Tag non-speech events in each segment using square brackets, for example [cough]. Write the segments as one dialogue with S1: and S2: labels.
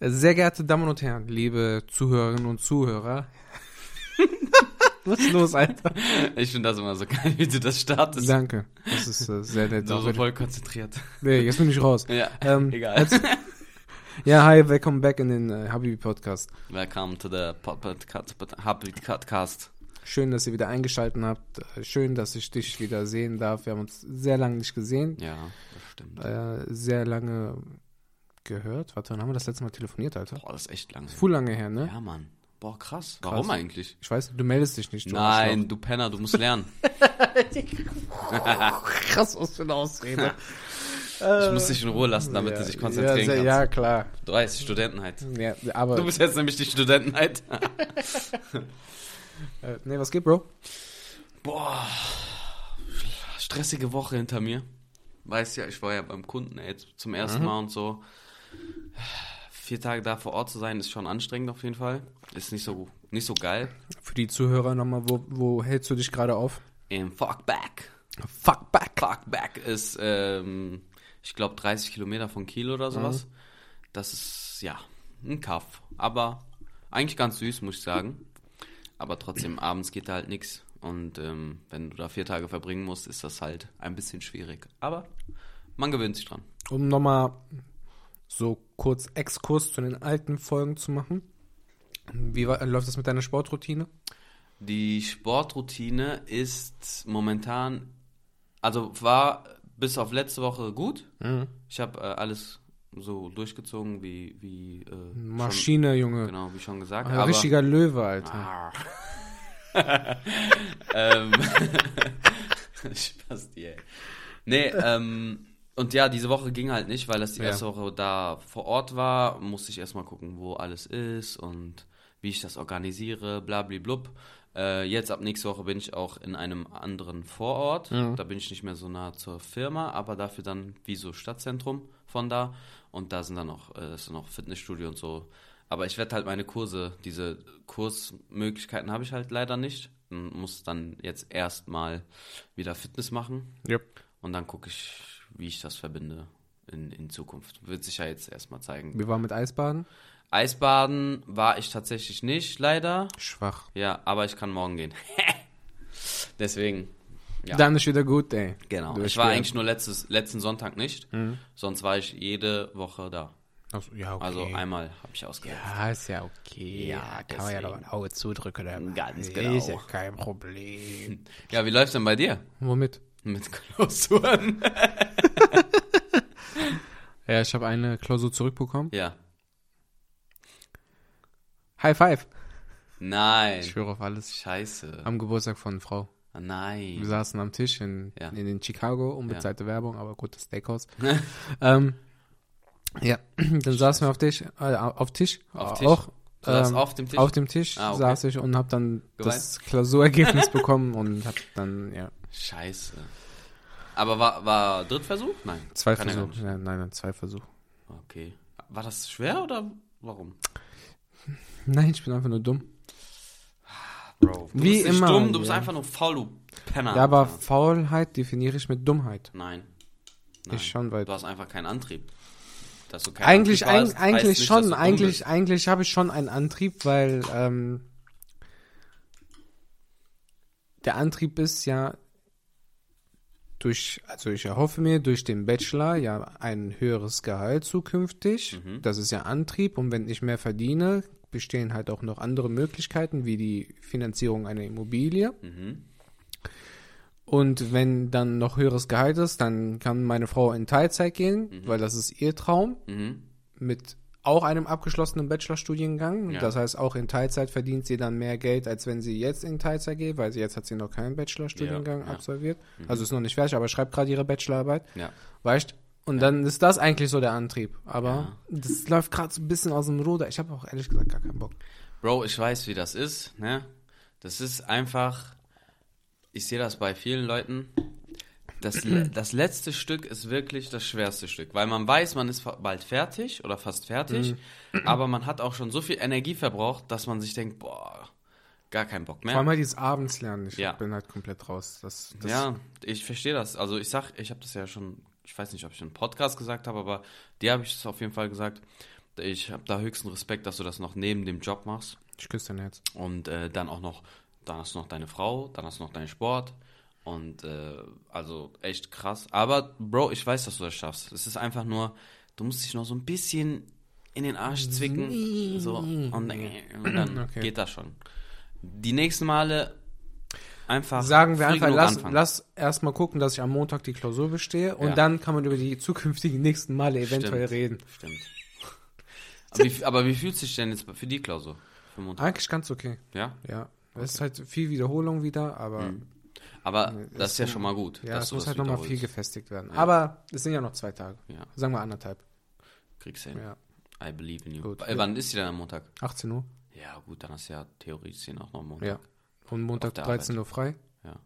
S1: Sehr geehrte Damen und Herren, liebe Zuhörerinnen und Zuhörer. [laughs] Was ist los, Alter?
S2: Ich finde das immer so geil, wie du das startest.
S1: Danke. Das ist äh, sehr nett.
S2: so, so voll konzentriert.
S1: Nee, jetzt bin ich raus.
S2: Ja,
S1: [laughs] Ähm,
S2: egal.
S1: Ja, hi, welcome back in den äh, Habibi Podcast.
S2: Welcome to the po- Podcast. Podcast.
S1: Schön, dass ihr wieder eingeschaltet habt. Äh, Schön, dass ich dich wieder sehen darf. Wir haben uns sehr lange nicht gesehen,
S2: Ja, das stimmt.
S1: äh, sehr lange gehört. Warte, wann haben wir das letzte Mal telefoniert, Alter?
S2: Boah, das ist echt lang.
S1: Full lange her, ne?
S2: Ja, Mann. Boah, krass. Warum eigentlich?
S1: Ich weiß, du meldest dich nicht. Du [laughs]
S2: Nein, du Penner, du musst lernen.
S1: Arschloch. krass aus für eine Ausrede.
S2: Ich muss dich in Ruhe lassen, [laughs] damit du dich konzentrieren
S1: ja, sehr-
S2: kannst.
S1: Ja, klar.
S2: 30 Studentenheit.
S1: Ja, aber,
S2: Du bist jetzt nämlich die Studentenheit.
S1: äh, nee, was geht, Bro?
S2: Boah, stressige Woche hinter mir. Weißt ja, ich war ja beim Kunden ey, jetzt zum ersten Mal und so. Vier Tage da vor Ort zu sein, ist schon anstrengend auf jeden Fall. Ist nicht so, nicht so geil.
S1: Für die Zuhörer nochmal, wo, wo hältst du dich gerade auf?
S2: Im Fuckback.
S1: Fuck back.
S2: Fuckback ist, ähm, ich glaube, 30 Kilometer von Kiel oder sowas.
S1: Mhm.
S2: Das ist, ja, ein Kaff. Aber eigentlich ganz süß, muss ich sagen. Aber trotzdem, abends geht da halt nichts. Und ähm, wenn du da vier Tage verbringen musst, ist das halt ein bisschen schwierig. Aber man gewöhnt sich dran.
S1: Um nochmal so kurz Exkurs zu den alten Folgen zu machen. Wie wa- läuft das mit deiner Sportroutine?
S2: Die Sportroutine ist momentan, also war bis auf letzte Woche gut. Ich habe äh, alles so durchgezogen, wie, wie äh, schon-
S1: Maschine, Junge. Ah,
S2: Genau, wie schon gesagt.
S1: Ein
S2: aber, [laughs]
S1: richtiger Löwe, Alter.
S2: Ah. ähm, Spaß dir. ey. Nee, ähm, und ja, diese Woche ging halt nicht, weil das die
S1: Ja.
S2: erste Woche da vor Ort war. Musste ich erstmal gucken, wo alles ist und wie ich das organisiere, blablablub. Äh, jetzt ab nächste Woche bin ich auch in einem anderen Vorort. Da bin ich nicht mehr so nah zur Firma, aber dafür dann wie so Stadtzentrum von da. Und da sind dann noch, äh, ist dann noch Fitnessstudio und so. Aber ich werde halt meine Kurse, diese Kursmöglichkeiten habe ich halt leider nicht. M- Muss dann jetzt erstmal wieder Fitness machen
S1: Yep.
S2: und dann gucke ich, wie ich das verbinde in, in Zukunft. Wird sich ja jetzt erstmal zeigen.
S1: Wir waren mit Eisbaden.
S2: Eisbaden war ich tatsächlich nicht, leider.
S1: Schwach.
S2: Ja, aber ich kann morgen gehen. [laughs] Deswegen, Ja.
S1: Dann ist wieder gut, ey.
S2: genau.
S1: Du Mhm.
S2: ich war
S1: spielst.
S2: eigentlich nur letztes, letzten Sonntag nicht. Sonst war ich jede Woche da.
S1: Ach so, ja, okay.
S2: Also einmal habe ich ausgesetzt.
S1: ja, ist ja okay.
S2: Ja,
S1: kann man ja doch ein Auge zudrücken. Oder?
S2: Ganz
S1: Ist ja
S2: genau.
S1: kein Problem.
S2: Ja, wie läuft's denn bei dir?
S1: [laughs] Womit?
S2: Mit [laughs] Klausuren.
S1: Ja, ich habe eine Klausur zurückbekommen.
S2: Ja.
S1: High five.
S2: Nein.
S1: Ich schwöre auf alles.
S2: Scheiße.
S1: Am Geburtstag von Frau.
S2: Ah,
S1: Wir
S2: Nein.
S1: saßen am Tisch in,
S2: Ja.
S1: in, in Chicago, unbezahlte Werbung, aber gut, das
S2: [laughs]
S1: Steakhouse. ähm, ja, [clears throat] dann saßen wir auf Tisch, äh, auf Tisch,
S2: Auf
S1: äh,
S2: Tisch?
S1: auch.
S2: Du saßt auf dem Tisch?
S1: Auf dem Tisch
S2: Ah, okay.
S1: saß ich und habe dann
S2: Geweint?
S1: das
S2: [laughs]
S1: Klausurergebnis bekommen und habe dann, ja,
S2: Scheiße. Aber war, war Drittversuch? Nein.
S1: zwei
S2: Kann ja gar
S1: Versuche. nein, nein, nein, zwei Versuche.
S2: nicht. Okay. War das schwer oder warum?
S1: Nein, ich bin einfach nur dumm.
S2: Bro, du
S1: Wie
S2: bist nicht
S1: immer,
S2: dumm, du bist
S1: ja.
S2: einfach nur faul, du Penner.
S1: ja, aber
S2: Alter.
S1: Faulheit definiere ich mit Dummheit.
S2: Nein. Nein.
S1: Ist schon weit.
S2: Du hast einfach keinen Antrieb. Dass du keinen
S1: Eigentlich, eig-
S2: Antrieb hast, heißt
S1: eigentlich
S2: nicht, dass du
S1: schon,
S2: dumm
S1: eigentlich,
S2: bist.
S1: eigentlich habe ich schon einen Antrieb, weil ähm, der Antrieb ist ja durch, also ich erhoffe mir durch den Bachelor ja ein höheres Gehalt zukünftig.
S2: Mhm.
S1: Das ist ja Antrieb und wenn ich mehr verdiene, bestehen halt auch noch andere Möglichkeiten wie die Finanzierung einer Immobilie.
S2: Mhm.
S1: Und wenn dann noch höheres Gehalt ist, dann kann meine Frau in Teilzeit gehen, weil das ist ihr Traum
S2: Mhm.
S1: mit auch einem abgeschlossenen Bachelorstudiengang.
S2: Ja.
S1: Das heißt, auch in Teilzeit verdient sie dann mehr Geld, als wenn sie jetzt in Teilzeit geht, weil sie jetzt hat sie noch keinen Bachelorstudiengang
S2: Ja, ja.
S1: absolviert. Also ist noch nicht fertig, aber schreibt gerade ihre Bachelorarbeit.
S2: Ja.
S1: Weißt Und dann ist das eigentlich so der Antrieb. Aber das läuft gerade so ein bisschen aus dem Ruder. Ich habe auch ehrlich gesagt gar keinen Bock.
S2: Bro, ich weiß, wie das ist. Ne? Das ist einfach. Ich sehe das bei vielen Leuten. Das,
S1: [clears throat]
S2: le- das letzte Stück ist wirklich das schwerste Stück, weil man weiß, man ist fa- bald fertig oder fast fertig,
S1: Mhm.
S2: [clears throat] aber man hat auch schon so viel Energie verbraucht, dass man sich denkt, boah, gar keinen Bock mehr.
S1: Vor allem halt dieses Abendslernen. Ich
S2: Ja.
S1: bin halt komplett raus. Das, das
S2: ja, ich verstehe das. Also ich sag, ich habe das ja schon, ich weiß nicht, ob ich im Podcast gesagt habe, aber dir habe ich es auf jeden Fall gesagt. Ich habe da höchsten Respekt, dass du das noch neben dem Job machst
S1: Ich küsse dein Herz.
S2: und äh, dann auch noch, dann hast du noch deine Frau, dann hast du noch deinen Sport und äh, also echt krass. Aber Bro, ich weiß, dass du das schaffst. Es ist einfach nur, du musst dich noch so ein bisschen in den Arsch zwicken so und, und dann
S1: Okay.
S2: geht das schon. Die nächsten Male einfach
S1: Sagen wir
S2: früh
S1: einfach,
S2: genug
S1: lass,
S2: anfangen.
S1: lass erstmal gucken, dass ich am Montag die Klausur bestehe und
S2: Ja.
S1: dann kann man über die zukünftigen nächsten Male eventuell
S2: Stimmt.
S1: reden.
S2: Stimmt. Aber wie, aber wie fühlt sich denn jetzt für die Klausur? Für Montag?
S1: Eigentlich ganz okay.
S2: Ja?
S1: Ja. Es ist halt viel Wiederholung wieder, aber
S2: Aber
S1: ist
S2: das ist ja
S1: so-
S2: schon mal gut.
S1: ja,
S2: dass
S1: es
S2: du
S1: muss
S2: Mhm.
S1: halt
S2: das
S1: nochmal viel
S2: wiederholst.
S1: gefestigt werden. Aber es sind ja noch zwei Tage.
S2: Ja.
S1: Sagen wir anderthalb.
S2: Kriegst hin.
S1: Ja.
S2: I believe in you.
S1: Gut.
S2: Äh, wann ist die denn am Montag?
S1: 18 Uhr.
S2: Ja, gut, dann hast du ja theoretisch den auch noch am
S1: Ja.
S2: Montag.
S1: Und Montag
S2: Mhm. Auf der
S1: 13 Uhr frei.
S2: Ja.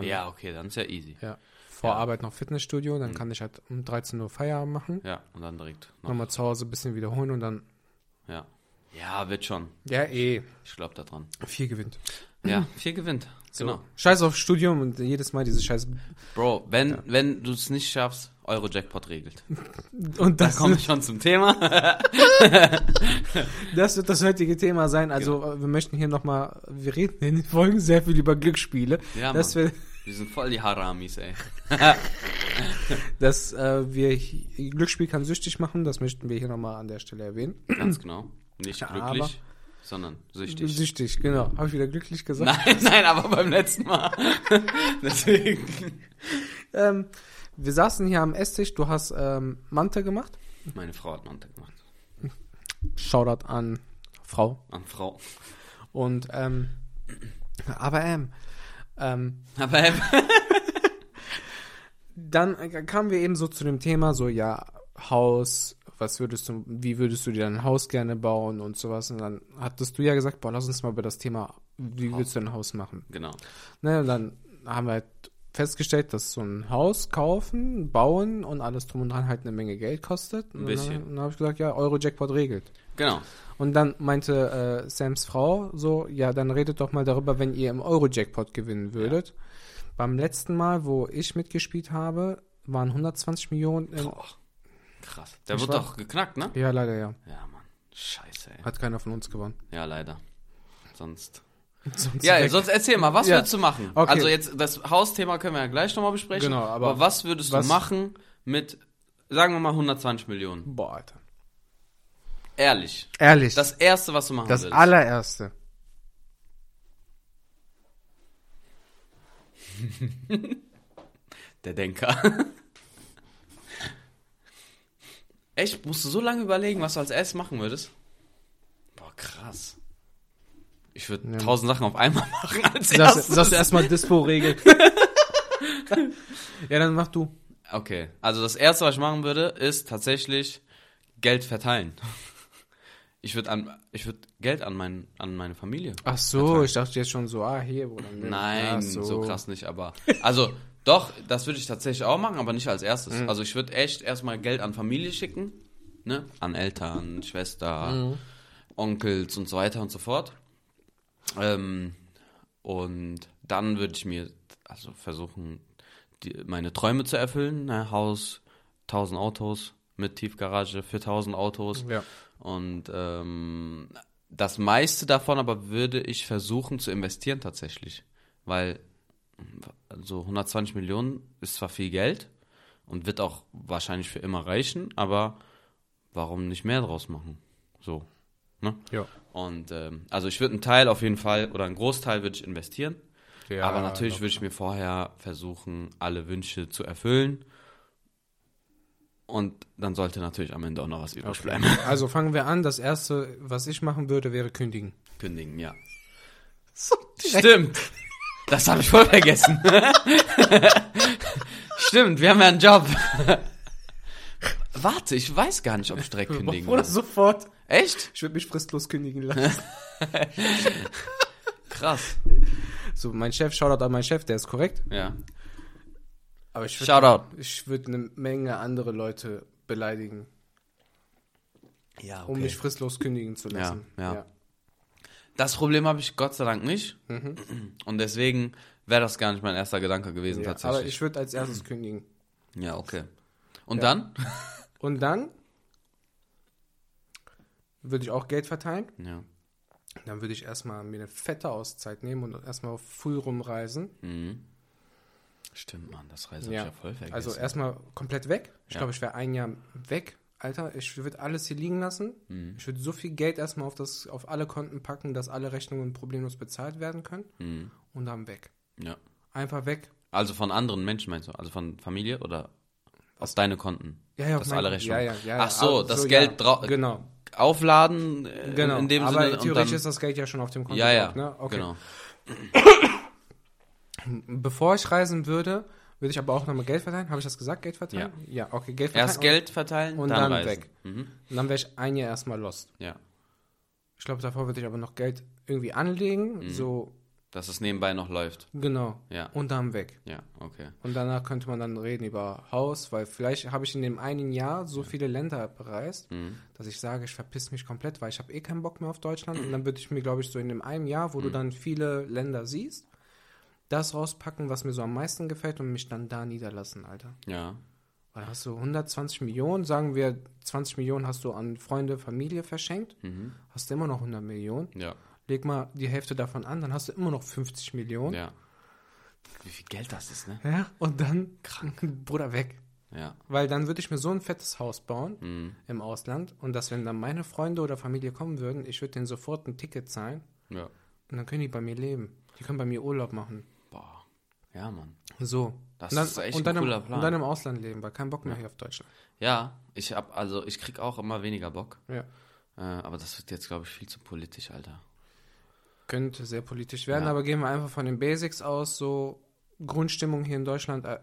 S2: Ja,
S1: Dann,
S2: okay, dann ist ja easy.
S1: ja. Vor
S2: Ja. Mhm.
S1: Arbeit noch Fitnessstudio, dann kann ich halt um 13 Uhr Feierabend machen.
S2: Ja, und dann direkt noch.
S1: Nochmal zu Hause ein bisschen wiederholen und dann.
S2: Ja. Ja, wird schon.
S1: Ja, eh.
S2: Ich glaube da
S1: [clears throat]
S2: dran.
S1: Viel gewinnt.
S2: Ja, vier gewinnt.
S1: So.
S2: Genau.
S1: Scheiß auf Studium und jedes Mal diese Scheiß.
S2: Bro, wenn, wenn du es nicht schaffst, Eurojackpot regelt.
S1: Und
S2: Da
S1: das,
S2: kommen wir schon zum Thema.
S1: [laughs] das wird das heutige Thema sein. Also,
S2: Genau.
S1: äh, wir möchten hier nochmal. Wir reden in den Folgen sehr viel über Glücksspiele.
S2: Ja,
S1: dass
S2: Mann.
S1: wir,
S2: Wir sind voll die Haramis, ey.
S1: dass äh, wir. hi- Glücksspiel kann süchtig machen. Das möchten wir hier nochmal an der Stelle erwähnen.
S2: Ganz genau. Nicht
S1: Aber-
S2: glücklich, sondern süchtig.
S1: Süchtig, genau. Habe ich wieder glücklich gesagt?
S2: [laughs] Nein, nein, aber beim letzten Mal. [laughs] Deswegen.
S1: Ähm, wir saßen hier am Esstisch, du hast ähm, Mante gemacht.
S2: Meine Frau hat Montag gemacht.
S1: Shoutout an Frau.
S2: An Frau.
S1: Und ähm, aber ähm, ähm,
S2: Aber [laughs] hey,
S1: dann äh, kamen wir eben so zu dem Thema, so ja, Haus, was würdest du, wie würdest du dir dein Haus gerne bauen und sowas. Und dann hattest du ja gesagt, boah, lass uns mal über das Thema, wie willst du ein Haus machen?
S2: genau.
S1: Ne, und dann haben wir halt festgestellt, dass so ein Haus kaufen, bauen und alles drum und dran halt eine Menge Geld kostet. Ein Und
S2: bisschen.
S1: dann, dann habe ich gesagt, ja, Eurojackpot regelt.
S2: Genau.
S1: Und dann meinte äh, Sams Frau so, ja, dann redet doch mal darüber, wenn ihr im Euro-Jackpot gewinnen würdet. Beim letzten Mal, wo ich mitgespielt habe, waren 120 Millionen. Im
S2: Boah. Krass. Der
S1: Ich
S2: wird
S1: war-
S2: doch geknackt, ne?
S1: ja, leider ja.
S2: Ja, Mann. Scheiße, ey.
S1: Hat keiner von uns gewonnen. Ja,
S2: Ja, leider. Sonst.
S1: Sonst
S2: [laughs] Ja,
S1: weg.
S2: sonst erzähl mal, was
S1: Ja.
S2: würdest du machen?
S1: Okay.
S2: Also jetzt, das Hausthema können wir ja gleich nochmal besprechen.
S1: Genau, aber
S2: was würdest
S1: was-
S2: du machen mit, sagen wir mal, 120 Millionen?
S1: Boah, Alter.
S2: Ehrlich.
S1: Ehrlich, das,
S2: Das Erste, was du machen würdest. [laughs]
S1: allererste.
S2: Der Denker. [laughs] Echt? Musst du so lange überlegen, was du als erstes machen würdest? Boah, krass. Ich würde tausend Sachen auf einmal [laughs] machen als
S1: Sagst
S2: erstes.
S1: sagst du erstmal Dispo regeln.
S2: [laughs]
S1: ja, dann mach du.
S2: Okay, also das Erste, was ich machen würde, ist tatsächlich Geld verteilen. [laughs] Ich würde an, ich würde Geld an, mein, an meine Familie.
S1: Ach so, ich dachte jetzt schon so, ah, hier, Bruder. Nee.
S2: Nein,
S1: Ach
S2: so. krass nicht, aber. Also, doch, das würde ich tatsächlich auch machen, aber nicht als erstes.
S1: Mhm.
S2: Also, ich würde echt erstmal Geld an Familie schicken, ne? An Eltern, Schwester,
S1: Mhm.
S2: Onkels und so weiter und so fort. Ähm, und dann würde ich mir also versuchen, die, meine Träume zu erfüllen. Ne? Haus, 1000 Autos mit Tiefgarage für 1000 Autos.
S1: Ja.
S2: Und ähm, das meiste davon aber würde ich versuchen zu investieren tatsächlich. Weil so 120 Millionen ist zwar viel Geld und wird auch wahrscheinlich für immer reichen, aber warum nicht mehr draus machen? So. Ne?
S1: Ja.
S2: Und ähm, also ich würde einen Teil auf jeden Fall oder einen Großteil würde ich investieren.
S1: Ja,
S2: aber natürlich würde ich mir vorher versuchen, alle Wünsche zu erfüllen. Und dann sollte natürlich am Ende auch noch was übrig bleiben.
S1: Also fangen wir an. Das erste, was ich machen würde, wäre kündigen.
S2: Kündigen, ja. Stimmt. Das habe ich voll vergessen. [laughs] Stimmt, wir haben ja einen Job. Warte, ich weiß gar nicht, ob ich direkt kündigen
S1: Oder
S2: muss.
S1: sofort.
S2: Echt?
S1: Ich würde mich fristlos kündigen
S2: [laughs]
S1: lassen.
S2: Krass.
S1: so, mein Chef, Shoutout an meinen Chef, der ist korrekt.
S2: Ja.
S1: Aber ich
S2: Shoutout.
S1: Ich würde eine Menge andere Leute beleidigen,
S2: Ja,
S1: um mich fristlos kündigen zu lassen.
S2: ja. Das Problem habe ich Gott sei Dank nicht. Und deswegen wäre das gar nicht mein erster Gedanke gewesen,
S1: Mhm. Ja, aber
S2: tatsächlich.
S1: ich würde als erstes kündigen.
S2: ja, okay. Und dann?
S1: Und dann würde ich auch Geld verteilen.
S2: Ja.
S1: Dann würde ich erstmal mir eine fette Auszeit nehmen und erstmal full rumreisen.
S2: Mhm. Stimmt, Mann, das Reise
S1: Ja.
S2: hab ich ja voll vergessen.
S1: Also erstmal komplett weg. Ich
S2: Ja.
S1: glaube, ich wäre ein Jahr weg. Alter, ich würde alles hier liegen lassen.
S2: Mhm.
S1: Ich würde so viel Geld erstmal auf, das, auf alle Konten packen, dass alle Rechnungen problemlos bezahlt werden können.
S2: Mhm.
S1: Und dann weg.
S2: Ja.
S1: Einfach weg.
S2: Also von anderen Menschen meinst du? Also von Familie oder auf deine Konten?
S1: Ja, ja,
S2: Dass
S1: mein-
S2: alle Rechnungen.
S1: Ja, ja, ja,
S2: Ach so,
S1: also,
S2: das
S1: ja,
S2: Geld drau-
S1: Genau,
S2: Aufladen äh,
S1: genau.
S2: in dem
S1: Aber
S2: Sinne und
S1: theoretisch
S2: dann,
S1: ist das Geld ja schon auf dem Konto.
S2: ja, ja,
S1: drauf, ne? Okay.
S2: genau.
S1: Bevor ich reisen würde, würde ich aber auch nochmal Geld verteilen. Habe ich das gesagt, Geld verteilen? Ja, okay, Geld verteilen. [laughs]
S2: Erst Geld verteilen,
S1: und
S2: dann,
S1: dann
S2: reisen.
S1: weg.
S2: Mhm.
S1: Und dann wäre ich ein Jahr erstmal lost.
S2: Ja,
S1: Ich glaube, davor würde ich aber noch Geld irgendwie anlegen. So,
S2: dass es nebenbei noch läuft.
S1: genau.
S2: Mhm. Ja.
S1: Und dann weg.
S2: Ja, okay.
S1: Und danach könnte man dann reden über Haus, weil vielleicht habe ich in dem einen Jahr so viele Länder bereist,
S2: Mhm.
S1: dass ich sage, ich verpiss mich komplett, weil ich habe eh keinen Bock mehr auf Deutschland. Und dann würde ich mir, glaube ich, so in dem einen Jahr, wo
S2: Mhm.
S1: du dann viele Länder siehst, das rauspacken, was mir so am meisten gefällt und mich dann da niederlassen, Alter.
S2: Ja,
S1: Weil da hast du 120 Millionen, sagen wir, 20 Millionen hast du an Freunde, Familie verschenkt,
S2: Mhm.
S1: hast du immer noch 100 Millionen.
S2: ja,
S1: Leg mal die Hälfte davon an, dann hast du immer noch 50 Millionen.
S2: ja. Wie viel Geld das ist, ne?
S1: Ja. und dann, [laughs] krank, Bruder, weg.
S2: Ja,
S1: Weil dann würde ich mir so ein fettes Haus bauen
S2: mhm.
S1: im Ausland und dass, wenn dann meine Freunde oder Familie kommen würden, ich würde denen sofort ein Ticket zahlen
S2: ja.
S1: und dann können die bei mir leben. Die können bei mir Urlaub machen.
S2: Boah. Ja, Mann.
S1: So.
S2: Das
S1: und dann,
S2: ist echt
S1: und
S2: ein
S1: dann
S2: cooler
S1: im,
S2: Plan.
S1: Und dann im Ausland leben, weil kein Bock mehr hier auf Deutschland.
S2: Ja, ich hab, also ich krieg auch immer weniger Bock.
S1: Ja.
S2: Äh, aber das wird jetzt, glaube ich, viel zu politisch, Alter.
S1: Könnte sehr politisch werden,
S2: Ja.
S1: aber gehen wir einfach von den Basics aus. So Grundstimmung hier in Deutschland, äh,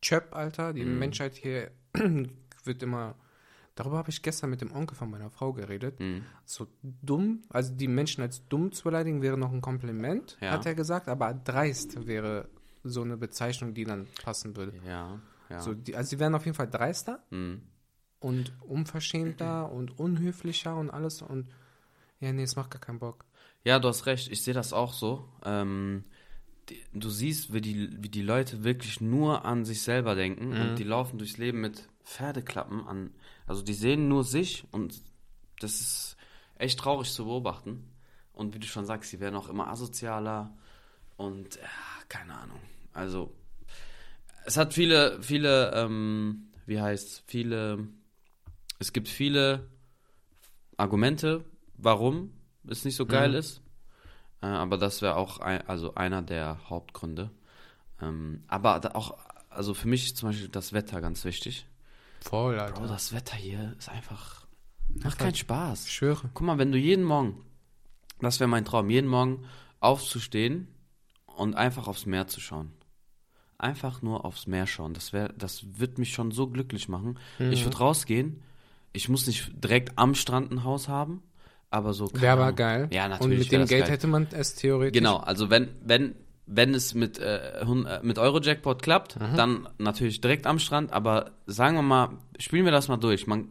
S1: Chöp, Alter. Die
S2: Mhm.
S1: Menschheit hier [clears throat] wird immer. Darüber habe ich gestern mit dem Onkel von meiner Frau geredet.
S2: Mhm.
S1: So dumm, also die Menschen als dumm zu beleidigen, wäre noch ein Kompliment,
S2: Ja.
S1: hat er gesagt, aber dreist wäre so eine Bezeichnung, die dann passen würde.
S2: Ja, ja.
S1: So die, also die wären auf jeden Fall dreister
S2: Mhm.
S1: und unverschämter und unhöflicher und alles und ja, nee, es macht gar keinen Bock.
S2: Ja, du hast recht. Ich sehe das auch so. Ähm, die, du siehst, wie die, wie die Leute wirklich nur an sich selber denken und die laufen durchs Leben mit Pferdeklappen an. Also die sehen nur sich und das ist echt traurig zu beobachten. Und wie du schon sagst, sie werden auch immer asozialer und ja, keine Ahnung. Also es hat viele, viele, ähm, wie heißt viele, es gibt viele Argumente, warum es nicht so geil ist. Äh, aber das wäre auch ein, also einer der Hauptgründe. Ähm, aber da auch, also für mich ist zum Beispiel das Wetter ganz wichtig.
S1: Voll, Alter.
S2: Bro, das Wetter hier ist einfach. Macht keinen Spaß.
S1: Ich schwöre.
S2: Guck mal, wenn du jeden Morgen, das wäre mein Traum, jeden Morgen aufzustehen und einfach aufs Meer zu schauen. Einfach nur aufs Meer schauen. Das, wär, das wird mich schon so glücklich machen. Ich
S1: Mhm.
S2: würde rausgehen. Ich muss nicht direkt am Strand ein Haus haben, aber so. keine
S1: Wäre aber
S2: Ahnung.
S1: geil.
S2: Ja, natürlich.
S1: Und mit
S2: wär
S1: dem
S2: das
S1: Geld
S2: geil.
S1: hätte man es theoretisch.
S2: Genau, also wenn, wenn, wenn es mit, äh, hun- äh, mit Eurojackpot klappt,
S1: Mhm.
S2: dann natürlich direkt am Strand, aber sagen wir mal, spielen wir das mal durch. Man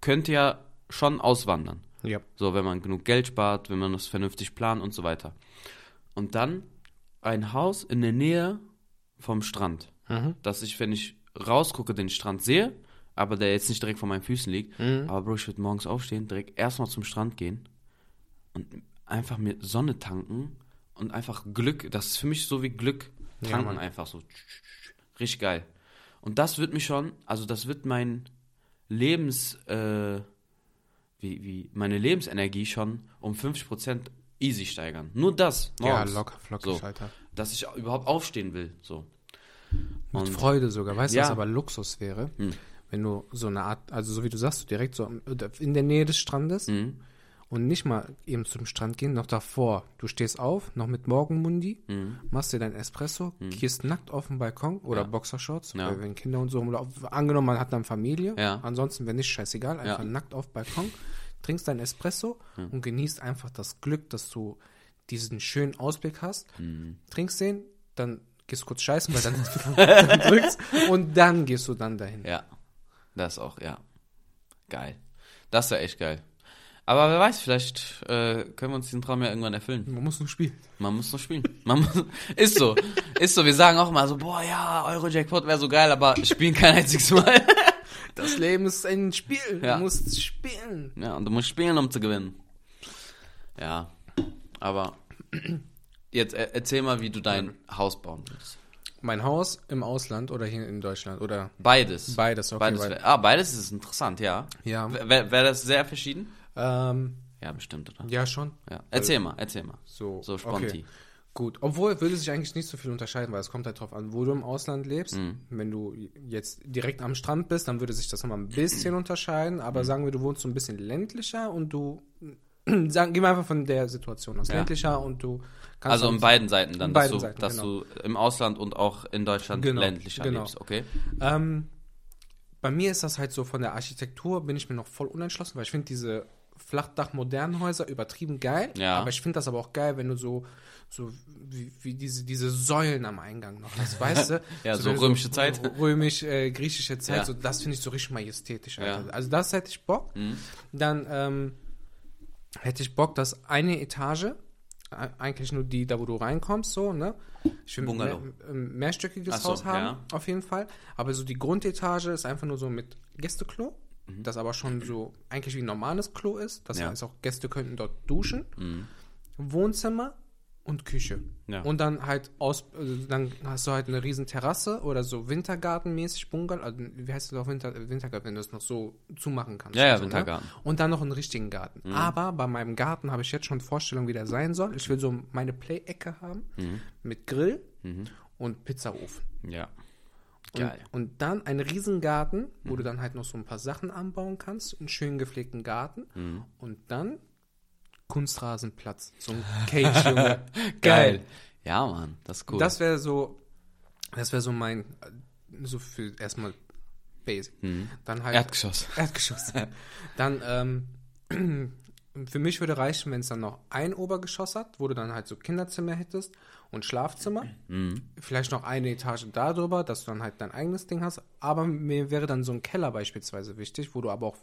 S2: könnte ja schon auswandern.
S1: Ja.
S2: So, wenn man genug Geld spart, wenn man das vernünftig plant und so weiter. Und dann ein Haus in der Nähe vom Strand, dass ich, wenn ich rausgucke, den Strand sehe, aber der jetzt nicht direkt vor meinen Füßen liegt.
S1: Mhm.
S2: Aber Bro, ich würde morgens aufstehen, direkt erstmal zum Strand gehen und einfach mir Sonne tanken und einfach Glück, das ist für mich so wie Glück tanken
S1: Mann.
S2: einfach so. Richtig geil. Und das wird mich schon, also das wird mein Lebens, äh, wie, wie meine Lebensenergie schon um 50% easy steigern. Nur das.
S1: Ja,
S2: Morgens,
S1: locker flockig, halt.
S2: So.
S1: Alter.
S2: Dass ich überhaupt aufstehen will. So.
S1: Mit
S2: Und-
S1: Freude sogar. Weißt du,
S2: Ja. Hm.
S1: was aber Luxus wäre? Wenn du so eine Art, also so wie du sagst, so direkt so am- in der Nähe des Strandes
S2: Mhm.
S1: und nicht mal eben zum Strand gehen, noch davor. Du stehst auf, noch mit Morgenmundi, machst dir dein Espresso, gehst nackt auf den Balkon oder Boxershorts,
S2: Mhm. Ja.
S1: weil wenn Kinder und so rumlaufen. Angenommen, man hat dann Familie.
S2: Ja.
S1: Ansonsten, wenn nicht, scheißegal. Einfach
S2: Ja.
S1: nackt auf Balkon, trinkst dein Espresso und genießt einfach das Glück, dass du diesen schönen Ausblick hast. Trinkst den, dann gehst kurz scheißen, weil dann [laughs] drückst und dann gehst du dann dahin.
S2: Ja. Das auch, ja. Geil. Das wäre echt geil. Aber wer weiß, vielleicht äh, können wir uns diesen Traum ja irgendwann erfüllen.
S1: Man muss nur spielen.
S2: Man muss noch spielen. Man muss, [laughs] ist so. Ist so. Wir sagen auch mal [laughs] so, boah, ja, Eurojackpot wäre so geil, aber spielen kein einziges Mal.
S1: Das Leben ist ein Spiel.
S2: Ja.
S1: Du musst spielen.
S2: Ja, und du musst spielen, um zu gewinnen. Ja, aber [clears throat] jetzt er, erzähl mal, wie du dein Haus bauen willst.
S1: Mein Haus im Ausland oder hier in Deutschland oder
S2: Beides.
S1: Beides, okay,
S2: Beides
S1: weil-
S2: wär- ah, beides ist interessant, ja.
S1: Ja.
S2: Wäre wär das sehr verschieden?
S1: ähm,
S2: Ja, bestimmt, oder?
S1: ja schon.
S2: Ja. Erzähl mal, erzähl mal.
S1: So,
S2: So sponti.
S1: Okay. Gut, obwohl würde sich eigentlich nicht so viel unterscheiden, weil es kommt halt drauf an, wo du im Ausland lebst.
S2: Mhm.
S1: Wenn du jetzt direkt am Strand bist, dann würde sich das nochmal ein bisschen unterscheiden. Aber
S2: Mhm.
S1: sagen wir, du wohnst so ein bisschen ländlicher und du, [clears throat] sagen, gehen wir einfach von der Situation aus,
S2: Ja.
S1: ländlicher und du kannst
S2: Also
S1: auch-
S2: in beiden Seiten dann,
S1: In
S2: dass,
S1: beiden
S2: du,
S1: Seiten,
S2: dass
S1: genau.
S2: du im Ausland und auch in Deutschland
S1: Genau,
S2: ländlicher
S1: genau.
S2: lebst, okay?
S1: Ähm, bei mir ist das halt so, von der Architektur bin ich mir noch voll unentschlossen, weil ich finde diese Flachdach-modernen Häuser übertrieben geil.
S2: Ja.
S1: Aber ich finde das aber auch geil, wenn du so, so wie, wie diese, diese Säulen am Eingang noch hast, weißt du?
S2: [laughs] Ja, so
S1: wenn du [laughs]
S2: römische Zeit.
S1: Römisch-griechische Zeit,
S2: Ja.
S1: so, das finde ich so richtig majestätisch.
S2: Ja. Mhm.
S1: Alter. Also das hätte ich Bock. Dann ähm, hätte ich Bock, dass eine Etage, e- eigentlich nur die, da wo du reinkommst, so, ne? Ich will
S2: Bungalow.
S1: Mehr, ähm, mehrstöckiges
S2: Ach so,
S1: Haus haben,
S2: ja.
S1: auf jeden Fall. Aber so die Grundetage ist einfach nur so mit Gästeklo, das aber schon so eigentlich wie ein normales Klo ist. Das
S2: Mhm. Ja. Mhm.
S1: heißt auch, Gäste könnten dort duschen. Wohnzimmer und Küche.
S2: Ja.
S1: Und dann halt aus, also dann hast du halt eine riesen Terrasse oder so Wintergartenmäßig Bungalow, also wie heißt das auch Winter, äh, Wintergarten, wenn du das noch so zumachen kannst.
S2: Ja, ja,
S1: Also,
S2: Wintergarten. Mhm.
S1: Ne? Und dann noch einen richtigen Garten. Aber bei meinem Garten habe ich jetzt schon Vorstellung, wie der sein soll. Ich will so meine Play-Ecke haben
S2: Mhm.
S1: mit Grill und Pizzaofen.
S2: Ja.
S1: Und,
S2: Geil. Mhm.
S1: und dann einen Riesengarten, wo du dann halt noch so ein paar Sachen anbauen kannst, einen schön gepflegten Garten
S2: Mhm.
S1: und dann Kunstrasenplatz, so ein
S2: [laughs]
S1: Cage, Junge. Geil.
S2: Ja, Mann, das ist cool.
S1: Das wäre so, das wäre so mein, äh, so für erstmal Basic.
S2: Mhm.
S1: Dann halt
S2: Erdgeschoss.
S1: [laughs] Erdgeschoss. dann, ähm, [clears throat] für mich würde reichen, wenn es dann noch ein Obergeschoss hat, wo du dann halt so Kinderzimmer hättest und Schlafzimmer. Vielleicht noch eine Etage darüber, dass du dann halt dein eigenes Ding hast. Aber mir wäre dann so ein Keller beispielsweise wichtig, wo du aber auch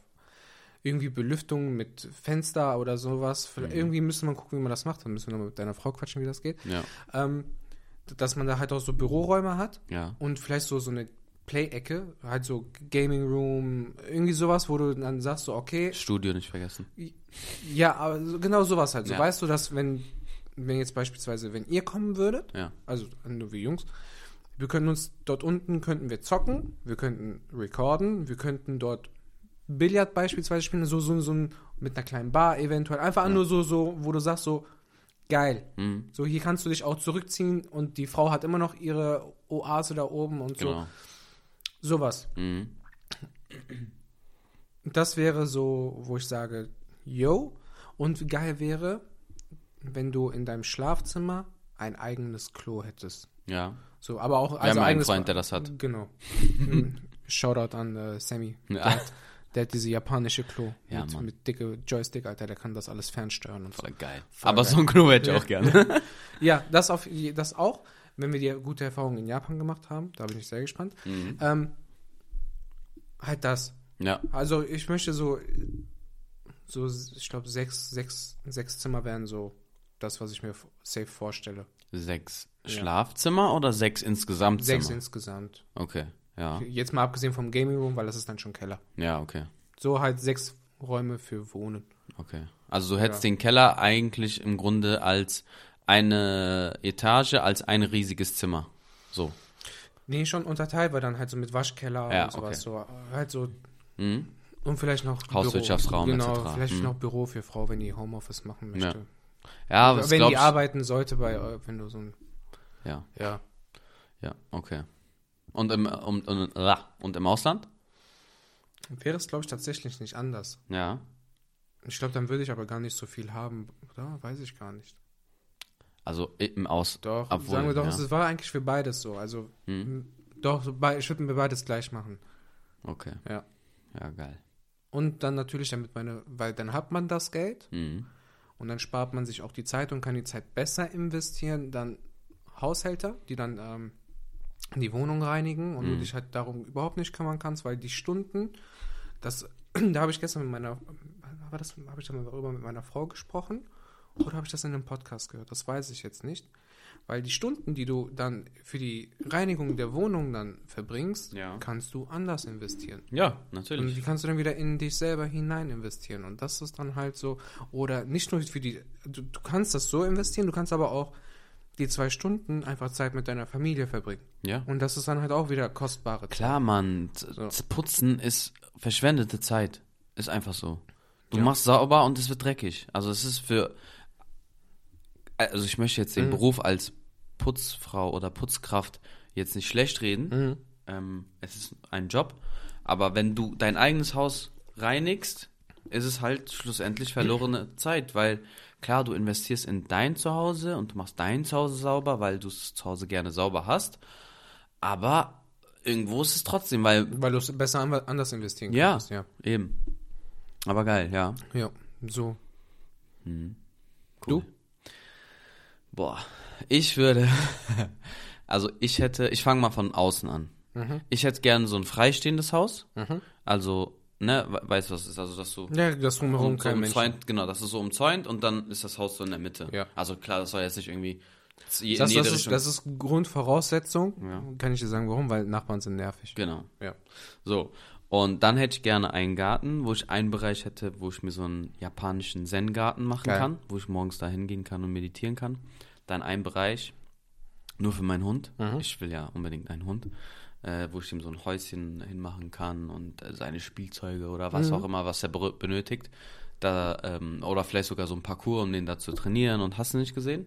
S1: irgendwie Belüftung mit Fenster oder sowas. Vielleicht, Irgendwie müsste man gucken, wie man das macht. Dann müssen wir noch mal mit deiner Frau quatschen, wie das geht.
S2: Ja.
S1: Ähm, d- dass man da halt auch so Büroräume hat
S2: Ja.
S1: und vielleicht so, so eine Play-Ecke, halt so Gaming Room, irgendwie sowas, wo du dann sagst so, okay,
S2: Studio nicht vergessen.
S1: ja, aber so- genau sowas halt. So
S2: Ja.
S1: weißt du, dass wenn, wenn jetzt beispielsweise, wenn ihr kommen würdet,
S2: Ja.
S1: also nur wir Jungs, wir können uns dort unten, könnten wir zocken, wir könnten recorden, wir könnten dort Billard beispielsweise spielen, so, so, so ein, mit einer kleinen Bar eventuell. Einfach nur so, so, wo du sagst so, geil.
S2: Mhm.
S1: So, hier kannst du dich auch zurückziehen und die Frau hat immer noch ihre Oase da oben und
S2: Genau.
S1: so. Sowas.
S2: Mhm.
S1: Das wäre so, wo ich sage, yo. Und geil wäre, wenn du in deinem Schlafzimmer ein eigenes Klo hättest.
S2: Ja.
S1: So, aber auch
S2: Wir haben einen
S1: Also eigenes-
S2: Freund, der das hat.
S1: Genau. Mm, Shoutout an äh, Sammy.
S2: [laughs] Ja.
S1: Der, hat, der hat diese japanische Klo
S2: Ja,
S1: mit,
S2: Mann.
S1: mit dicke Joystick, Alter, der kann das alles fernsteuern und so.
S2: Voll geil.
S1: Voll
S2: Aber
S1: geil.
S2: so ein Klo hätte ich
S1: [laughs]
S2: auch gerne.
S1: Ja, das auf das auch, wenn wir die gute Erfahrungen in Japan gemacht haben, da bin ich sehr gespannt.
S2: Mhm.
S1: Ähm, halt das.
S2: ja.
S1: Also ich möchte so, so ich glaube, sechs, sechs, sechs Zimmer wären so das, was ich mir f- safe vorstelle.
S2: Sechs Schlafzimmer oder sechs insgesamt
S1: Sechs
S2: Zimmer? Ah.
S1: insgesamt.
S2: Okay. Ja.
S1: Jetzt mal abgesehen vom Gaming Room, weil das ist dann schon Keller.
S2: Ja, okay.
S1: So halt sechs Räume für Wohnen.
S2: Okay. Also du hättest den Keller eigentlich im Grunde als eine Etage, als ein riesiges Zimmer. So.
S1: Nee, schon unterteilt, weil dann halt so mit Waschkeller
S2: Ja,
S1: und sowas. So, halt so.
S2: Mhm.
S1: Und vielleicht noch
S2: Hauswirtschaftsraum
S1: Büro. Genau,
S2: etc..
S1: vielleicht
S2: Mhm.
S1: noch Büro für Frau, wenn die Homeoffice machen möchte.
S2: Ja, aber
S1: Also wenn die
S2: glaubst-
S1: arbeiten sollte bei, eu- wenn du so ein,
S2: Ja,
S1: ja.
S2: ja, okay. Und im, und, und, ah, und im Ausland?
S1: Wäre es, glaube ich, tatsächlich nicht anders.
S2: Ja.
S1: Ich glaube, dann würde ich aber gar nicht so viel haben, oder? Weiß ich gar nicht.
S2: Also im Aus.
S1: Doch,
S2: obwohl,
S1: sagen wir doch,
S2: ja. Hm.
S1: es war eigentlich für beides so. Also, m- doch, so bei- ich würde mir beides gleich machen.
S2: Okay.
S1: Ja.
S2: Ja, geil.
S1: Und dann natürlich damit meine, weil dann hat man das Geld
S2: Mhm.
S1: und dann spart man sich auch die Zeit und kann die Zeit besser investieren. Dann Haushälter, die dann ähm, die Wohnung reinigen
S2: Mhm.
S1: und du dich halt darum überhaupt nicht kümmern kannst, weil die Stunden, das, [clears throat] da habe ich gestern mit meiner, war das, habe ich darüber mit meiner Frau gesprochen oder habe ich das in einem Podcast gehört? Das weiß ich jetzt nicht. Weil die Stunden, die du dann für die Reinigung der Wohnung dann verbringst,
S2: Ja.
S1: kannst du anders investieren.
S2: Ja,
S1: Und
S2: natürlich.
S1: die kannst du dann wieder in dich selber hinein investieren. Und das ist dann halt so, oder nicht nur für die, du, du kannst das so investieren, du kannst aber auch die zwei Stunden einfach Zeit mit deiner Familie verbringen.
S2: Ja.
S1: Und das ist dann halt auch wieder kostbare Zeit.
S2: Klar, Mann. Z- z- Putzen ist verschwendete Zeit. Ist einfach so. Du machst sauber und es wird dreckig. Also es ist für. Also ich möchte jetzt den Beruf als Putzfrau oder Putzkraft jetzt nicht schlecht reden. Ähm, es ist ein Job. Aber wenn du dein eigenes Haus reinigst, ist es halt schlussendlich verlorene Zeit, weil klar, du investierst in dein Zuhause und du machst dein Zuhause sauber, weil du es zu Hause gerne sauber hast. Aber irgendwo ist es trotzdem, weil.
S1: Weil du es besser an- anders investieren
S2: Ja,
S1: kannst. Ja.
S2: eben. Aber geil, ja.
S1: Ja, so.
S2: Hm. Cool. Du? Boah, ich würde. [laughs] Also ich hätte, ich fange mal von außen an.
S1: Mhm.
S2: Ich hätte gerne so ein freistehendes Haus. Also, ne, we- weißt du, was ist? Also, dass du
S1: Ja, das drumherum
S2: um, so
S1: kein Mensch.
S2: umzäunt, genau, das ist so umzäunt und dann ist das Haus so in der Mitte.
S1: Ja.
S2: Also klar, das soll jetzt nicht irgendwie z- je- in
S1: Das,
S2: jede
S1: das, ist,
S2: Richtung.
S1: das ist Grundvoraussetzung.
S2: Ja.
S1: Kann ich dir sagen, warum? Weil Nachbarn sind nervig.
S2: genau.
S1: Ja.
S2: So. Und dann hätte ich gerne einen Garten, wo ich einen Bereich hätte, wo ich mir so einen japanischen Zen-Garten machen
S1: Geil.
S2: kann, wo ich morgens da hingehen kann und meditieren kann. Dann einen Bereich nur für meinen Hund. Ich will ja unbedingt einen Hund, äh, wo ich ihm so ein Häuschen hinmachen kann und äh, seine Spielzeuge oder was auch immer, was er berü- benötigt. Da, ähm, oder vielleicht sogar so ein Parcours, um den da zu trainieren und hast du nicht gesehen.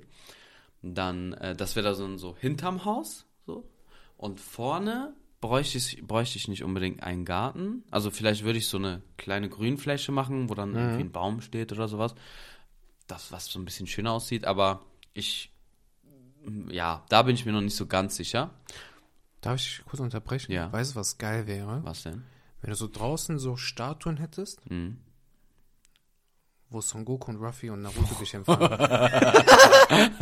S2: Dann, äh, das wäre da so, ein- so hinterm Haus. So. Und vorne bräuchte ich, bräuchte ich nicht unbedingt einen Garten. Also vielleicht würde ich so eine kleine Grünfläche machen, wo dann irgendwie
S1: Mhm.
S2: ein Baum steht oder sowas. Das, was so ein bisschen schöner aussieht, aber ich, ja, da bin ich mir noch nicht so ganz sicher.
S1: Darf ich dich kurz unterbrechen?
S2: Ja.
S1: Weißt du, was geil wäre?
S2: Was denn?
S1: Wenn du so draußen so Statuen hättest,
S2: Mhm.
S1: wo Son Goku und Ruffy und
S2: [laughs]
S1: Naruto bekämpft haben.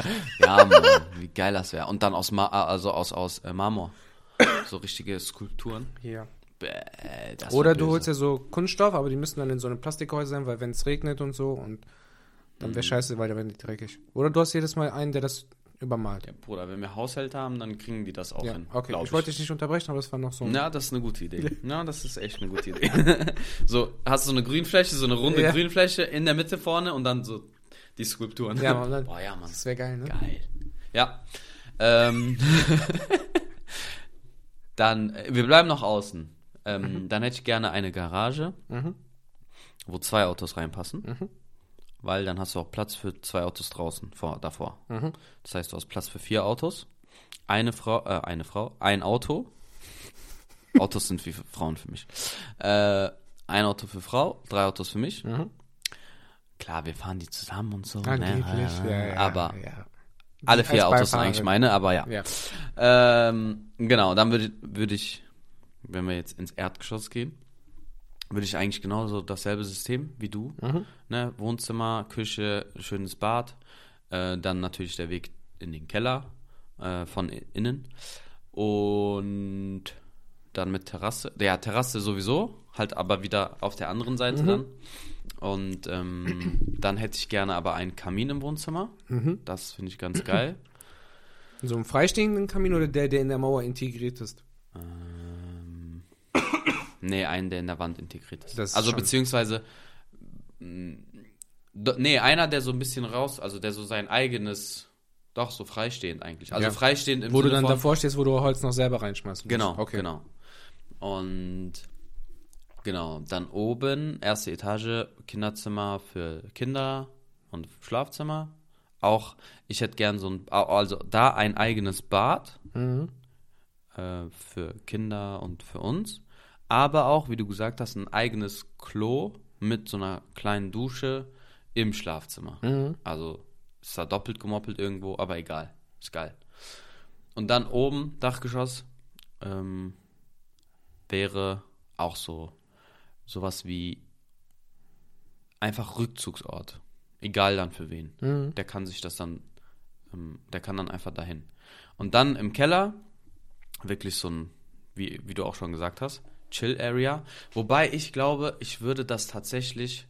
S1: [laughs]
S2: Ja, Mann, wie geil das wäre. Und dann aus, Ma also aus, aus äh, Marmor. So richtige Skulpturen.
S1: Ja.
S2: Bäh, das wär
S1: Oder du
S2: böse.
S1: holst ja so Kunststoff, aber die müssen dann in so einem Plastikhäuser sein, weil wenn es regnet und so und dann
S2: Mhm.
S1: wäre scheiße, weil dann werden die dreckig. Oder du hast jedes Mal einen, der das übermalt.
S2: Ja, Bruder, wenn wir Haushalt haben, dann kriegen die das auch
S1: Ja,
S2: hin.
S1: okay.
S2: glaub
S1: Ich wollte dich nicht unterbrechen, aber es war noch so ein
S2: Na, das ist eine
S1: [laughs]
S2: gute Idee. Na, das ist echt eine gute Idee. [laughs] so, hast du so eine Grünfläche, so eine runde
S1: Ja.
S2: Grünfläche in der Mitte vorne und dann so die Skulpturen.
S1: Ja, Mann, dann-
S2: [laughs] Boah, ja, Mann.
S1: Das wäre geil, ne?
S2: Geil. Ja. Ähm, [laughs] dann, äh, wir bleiben noch außen.
S1: Mhm.
S2: Ähm, Dann hätte ich gerne eine Garage, wo zwei Autos reinpassen.
S1: Mhm.
S2: Weil dann hast du auch Platz für zwei Autos draußen vor, davor.
S1: Mhm.
S2: Das heißt, du hast Platz für vier Autos. Eine Frau, äh, eine Frau, ein Auto. Autos sind wie für Frauen für mich. Äh, ein Auto für Frau, drei Autos für mich.
S1: Mhm.
S2: Klar, wir fahren die zusammen und so. ne?
S1: Angeblich, Ah, ja, ja.
S2: aber
S1: ja.
S2: alle
S1: Als
S2: vier Autos sind
S1: Beifahrerin.
S2: eigentlich meine, aber ja.
S1: ja.
S2: Ähm, genau, dann würde würd ich, wenn wir jetzt ins Erdgeschoss gehen, würde ich eigentlich genauso dasselbe System wie du.
S1: Mhm.
S2: Ne? Wohnzimmer, Küche, schönes Bad, äh, dann natürlich der Weg in den Keller äh, von i- innen und dann mit Terrasse. Ja, Terrasse sowieso, halt aber wieder auf der anderen
S1: Mhm.
S2: Seite dann. Und ähm, dann hätte ich gerne aber einen Kamin im Wohnzimmer.
S1: Mhm.
S2: Das finde ich ganz geil.
S1: So einen freistehenden Kamin oder der, der in der Mauer integriert ist?
S2: Ähm, nee, einen, der in der Wand integriert ist.
S1: Das ist
S2: also
S1: schon-
S2: beziehungsweise. mm, do- Nee, einer, der so ein bisschen raus, also der so sein eigenes, doch so freistehend eigentlich. Also
S1: Ja.
S2: freistehend im
S1: Wo du
S2: Sinne
S1: dann
S2: von,
S1: davor stehst, wo du Holz noch selber reinschmeißt.
S2: Genau,
S1: okay.
S2: genau. Und genau, dann oben, erste Etage, Kinderzimmer für Kinder und Schlafzimmer. Auch, ich hätte gern so ein, also da ein eigenes Bad
S1: Mhm.
S2: äh, für Kinder und für uns. Aber auch, wie du gesagt hast, ein eigenes Klo mit so einer kleinen Dusche im Schlafzimmer. Also ist da doppelt gemoppelt irgendwo, aber egal. Ist geil. Und dann oben, Dachgeschoss, ähm, wäre auch so sowas wie einfach Rückzugsort. Egal dann für wen. Der kann sich das dann, ähm, der kann dann einfach dahin. Und dann im Keller wirklich so ein, wie, wie du auch schon gesagt hast, Chill-Area. Wobei ich glaube, ich würde das tatsächlich.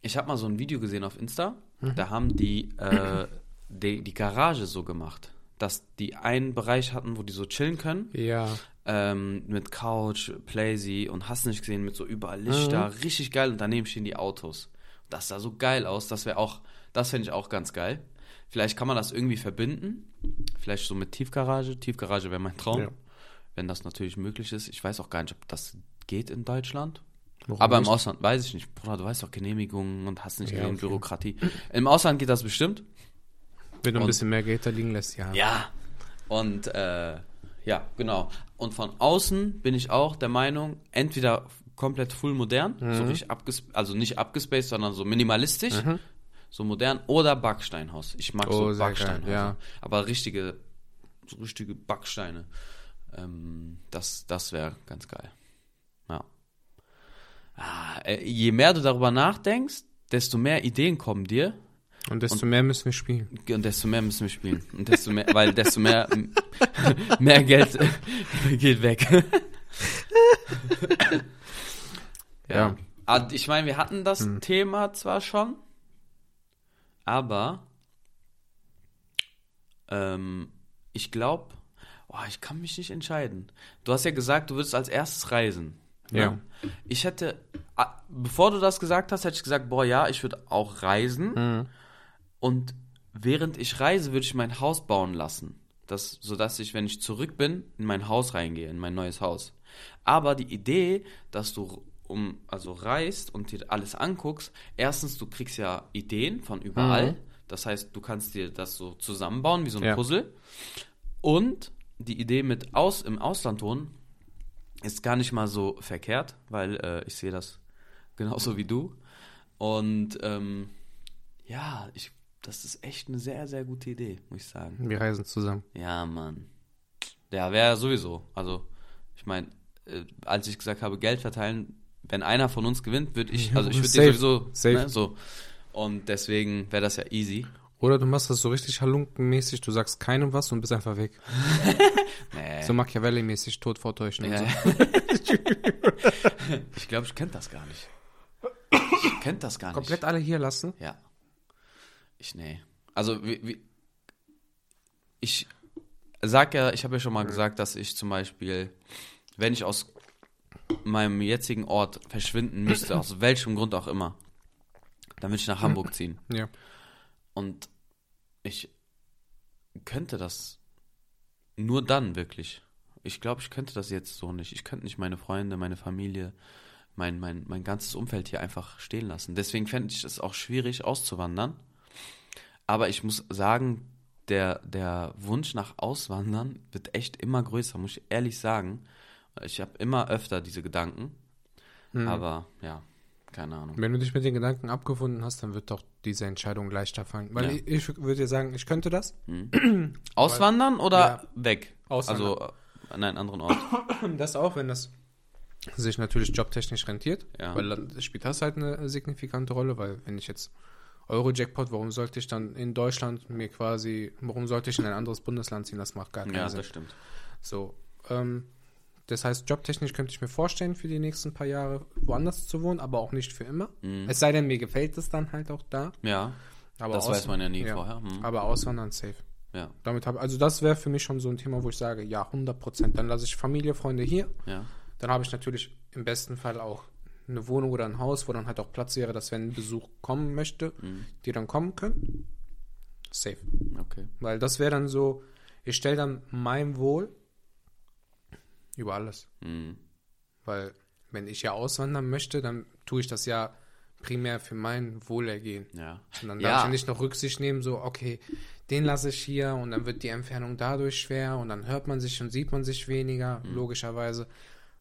S2: Ich habe mal so ein Video gesehen auf Insta. Da haben die äh, die, die Garage so gemacht, dass die einen Bereich hatten, wo die so chillen können.
S1: Ja.
S2: Ähm, mit Couch, Playsy und hast nicht gesehen, mit so überall
S1: Mhm.
S2: Lichter. Richtig geil. Und daneben stehen die Autos. Das sah so geil aus. Das wäre auch, das finde ich auch ganz geil. Vielleicht kann man das irgendwie verbinden. Vielleicht so mit Tiefgarage. Tiefgarage wäre mein Traum.
S1: Ja.
S2: Wenn das natürlich möglich ist. Ich weiß auch gar nicht, ob das geht in Deutschland.
S1: Warum
S2: Aber
S1: nicht?
S2: im Ausland weiß ich nicht. Bruder, du weißt doch Genehmigungen und hast nicht
S1: Ja,
S2: gesehen,
S1: okay.
S2: Bürokratie. Im Ausland geht das bestimmt.
S1: Wenn du ein
S2: Und-
S1: bisschen mehr Geld da liegen lässt, ja.
S2: Ja. Und äh, ja, genau. Und von außen bin ich auch der Meinung, entweder komplett full modern, so
S1: Mhm.
S2: richtig abges also nicht abgespaced, sondern so minimalistisch, so modern, oder Backsteinhaus. Ich mag
S1: Oh,
S2: so
S1: sehr geil,
S2: Backsteinhäuser.
S1: ja.
S2: Aber richtige, so richtige Backsteine. Ähm, das das wäre ganz geil. Ja. Ah, äh, je mehr du darüber nachdenkst, desto mehr Ideen kommen dir.
S1: Und desto mehr müssen wir spielen.
S2: Und desto mehr müssen wir spielen. Und desto mehr, weil desto mehr, m- [laughs] mehr Geld [laughs] geht weg.
S1: [laughs] Ja. Hm.
S2: Ah, Ich meine, wir hatten das Thema zwar schon, aber ähm, ich glaube, oh, ich kann mich nicht entscheiden. Du hast ja gesagt, du würdest als erstes reisen. ne?
S1: Ja.
S2: Ich hätte, ah, bevor du das gesagt hast, hätte ich gesagt, boah, ja, ich würde auch reisen. Und während ich reise, würde ich mein Haus bauen lassen. Das, sodass ich, wenn ich zurück bin, in mein Haus reingehe, in mein neues Haus. Aber die Idee, dass du um, also reist und dir alles anguckst, erstens, du kriegst ja Ideen von überall.
S1: Mhm.
S2: Das heißt, du kannst dir das so zusammenbauen, wie so ein
S1: Ja.
S2: Puzzle. Und die Idee mit aus, im Ausland wohnen ist gar nicht mal so verkehrt, weil äh, ich sehe das genauso wie du. Und ähm, ja, ich, das ist echt eine sehr, sehr gute Idee, muss ich sagen.
S1: Wir reisen zusammen.
S2: Ja, Mann. Ja, wäre sowieso. Also, ich meine, äh, als ich gesagt habe, Geld verteilen, wenn einer von uns gewinnt, würde ich, also ich würde
S1: Safe.
S2: dir sowieso
S1: Safe.
S2: Ne, so. Und deswegen wäre das ja easy.
S1: Oder du machst das so richtig halunkenmäßig, du sagst keinem was und bist einfach weg.
S2: [laughs] Nee.
S1: So Machiavelli-mäßig tot vortäuschen. und
S2: Ja.
S1: so.
S2: ich glaube, ich kennt das gar nicht. Ich kennt das gar nicht.
S1: Komplett alle hier lassen.
S2: Ja. Ich, nee. Also, wie, wie, ich sag ja, ich habe ja schon mal gesagt, dass ich zum Beispiel, wenn ich aus meinem jetzigen Ort verschwinden müsste, aus welchem Grund auch immer, dann würde ich nach Hamburg ziehen.
S1: Ja.
S2: Und ich könnte das nur dann wirklich. Ich glaube, ich könnte das jetzt so nicht. Ich könnte nicht meine Freunde, meine Familie, mein, mein, mein ganzes Umfeld hier einfach stehen lassen. Deswegen fände ich es auch schwierig, auszuwandern. Aber ich muss sagen, der, der Wunsch nach Auswandern wird echt immer größer, muss ich ehrlich sagen. Ich habe immer öfter diese Gedanken. Aber ja, keine Ahnung.
S1: Wenn du dich mit den Gedanken abgefunden hast, dann wird doch diese Entscheidung leichter fallen. Weil
S2: Ja.
S1: ich, ich würde dir sagen, ich könnte das.
S2: Auswandern oder
S1: Ja.
S2: weg?
S1: Auswandern.
S2: Also äh, an einen anderen
S1: [coughs]
S2: Ort.
S1: Das auch, wenn das sich natürlich jobtechnisch rentiert.
S2: Ja.
S1: Weil dann spielt das halt eine signifikante Rolle, weil wenn ich jetzt Euro-Jackpot, warum sollte ich dann in Deutschland mir quasi, warum sollte ich in ein anderes Bundesland ziehen? Das macht gar keinen
S2: Ja,
S1: Sinn.
S2: das stimmt.
S1: So, ähm, das heißt, jobtechnisch könnte ich mir vorstellen, für die nächsten paar Jahre woanders zu wohnen, aber auch nicht für immer.
S2: Mhm.
S1: Es sei denn, mir gefällt es dann halt auch da.
S2: Ja,
S1: Aber
S2: Das
S1: aus-
S2: weiß man ja nie vorher, hm.
S1: Aber auswandern safe.
S2: ja,
S1: Damit habe also das wäre für mich schon so ein Thema, wo ich sage, ja, 100 Prozent. Dann lasse ich Familie, Freunde hier.
S2: ja.
S1: Dann habe ich natürlich im besten Fall auch eine Wohnung oder ein Haus, wo dann halt auch Platz wäre, dass wenn ein Besuch kommen möchte, die dann kommen können. Safe.
S2: Okay.
S1: Weil das wäre dann so, ich stelle dann mein Wohl über alles.
S2: Mhm.
S1: Weil wenn ich ja auswandern möchte, dann tue ich das ja primär für mein Wohlergehen.
S2: Ja.
S1: Und dann darf
S2: ja.
S1: ich nicht noch Rücksicht nehmen, so, okay, den lasse ich hier und dann wird die Entfernung dadurch schwer und dann hört man sich und sieht man sich weniger, logischerweise.